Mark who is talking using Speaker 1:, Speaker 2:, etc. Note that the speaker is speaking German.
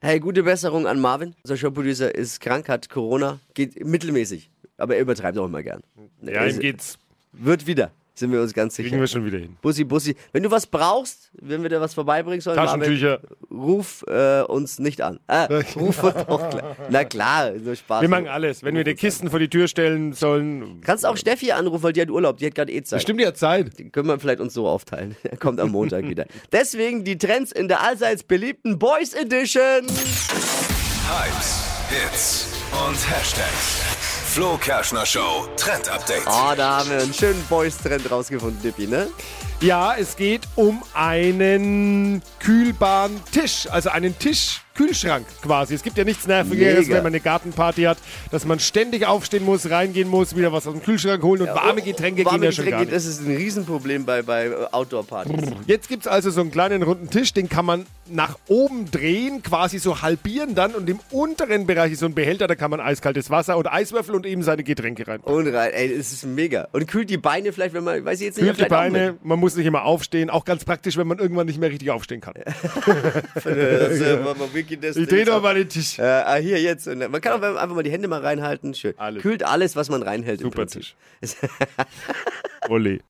Speaker 1: Hey, gute Besserung an Marvin. Unser Showproducer ist krank, hat Corona, geht mittelmäßig. Aber er übertreibt auch immer gern.
Speaker 2: Ja,
Speaker 1: Es
Speaker 2: ihm geht's.
Speaker 1: Wird wieder, sind wir uns ganz
Speaker 2: Kriegen
Speaker 1: sicher.
Speaker 2: wir schon wieder hin.
Speaker 1: Bussi, Bussi. Wenn du was brauchst, wenn wir dir was vorbeibringen sollen, Marvin,
Speaker 2: Taschentücher.
Speaker 1: ruf äh, uns nicht an. Ah, ruf uns doch klar. Na klar, nur Spaß.
Speaker 2: Wir machen alles. Wenn wir die Kisten vor die Tür stellen sollen.
Speaker 1: Kannst auch Steffi anrufen, weil die hat Urlaub, die hat gerade eh Zeit.
Speaker 3: Stimmt, die hat Zeit.
Speaker 1: Können wir vielleicht uns so aufteilen. Er kommt am Montag wieder. Deswegen die Trends in der allseits beliebten Boys Edition.
Speaker 4: Hypes, Hits und Hashtags. Flo Kerschner Show Trend Update.
Speaker 1: Oh, da haben wir einen schönen Boys-Trend rausgefunden, Dippi, ne?
Speaker 3: Ja, es geht um einen kühlbaren Tisch, also einen Tisch. Kühlschrank quasi. Es gibt ja nichts Nervigeres,
Speaker 1: Mega.
Speaker 3: wenn man eine Gartenparty hat, dass man ständig aufstehen muss, reingehen muss, wieder was aus dem Kühlschrank holen und warme Getränke
Speaker 1: Warme
Speaker 3: gehen ja schon
Speaker 1: Getränke,
Speaker 3: gar nicht.
Speaker 1: das ist ein Riesenproblem bei, bei äh, Outdoor-Partys.
Speaker 3: Jetzt gibt es also so einen kleinen runden Tisch, den kann man nach oben drehen, quasi so halbieren dann und im unteren Bereich ist so ein Behälter, da kann man eiskaltes Wasser und Eiswürfel und eben seine Getränke rein.
Speaker 1: Und rein, ey, das ist mega. Und kühlt die Beine vielleicht, wenn man, weiß ich jetzt nicht,
Speaker 3: Kühlt die
Speaker 1: vielleicht auch mit.
Speaker 3: Beine, man muss nicht immer aufstehen, auch ganz praktisch, wenn man irgendwann nicht mehr richtig aufstehen kann.
Speaker 1: Das, äh, man- man wickelt das
Speaker 3: Ich drehe
Speaker 1: Ding
Speaker 3: doch
Speaker 1: ab.
Speaker 3: mal den Tisch.
Speaker 1: Äh, ah, hier jetzt. Und Man kann auch einfach mal die Hände mal reinhalten. Schön.
Speaker 3: Alles.
Speaker 1: Kühlt alles, was man reinhält. im
Speaker 3: Super
Speaker 1: Prinzip.
Speaker 3: Tisch. Olli.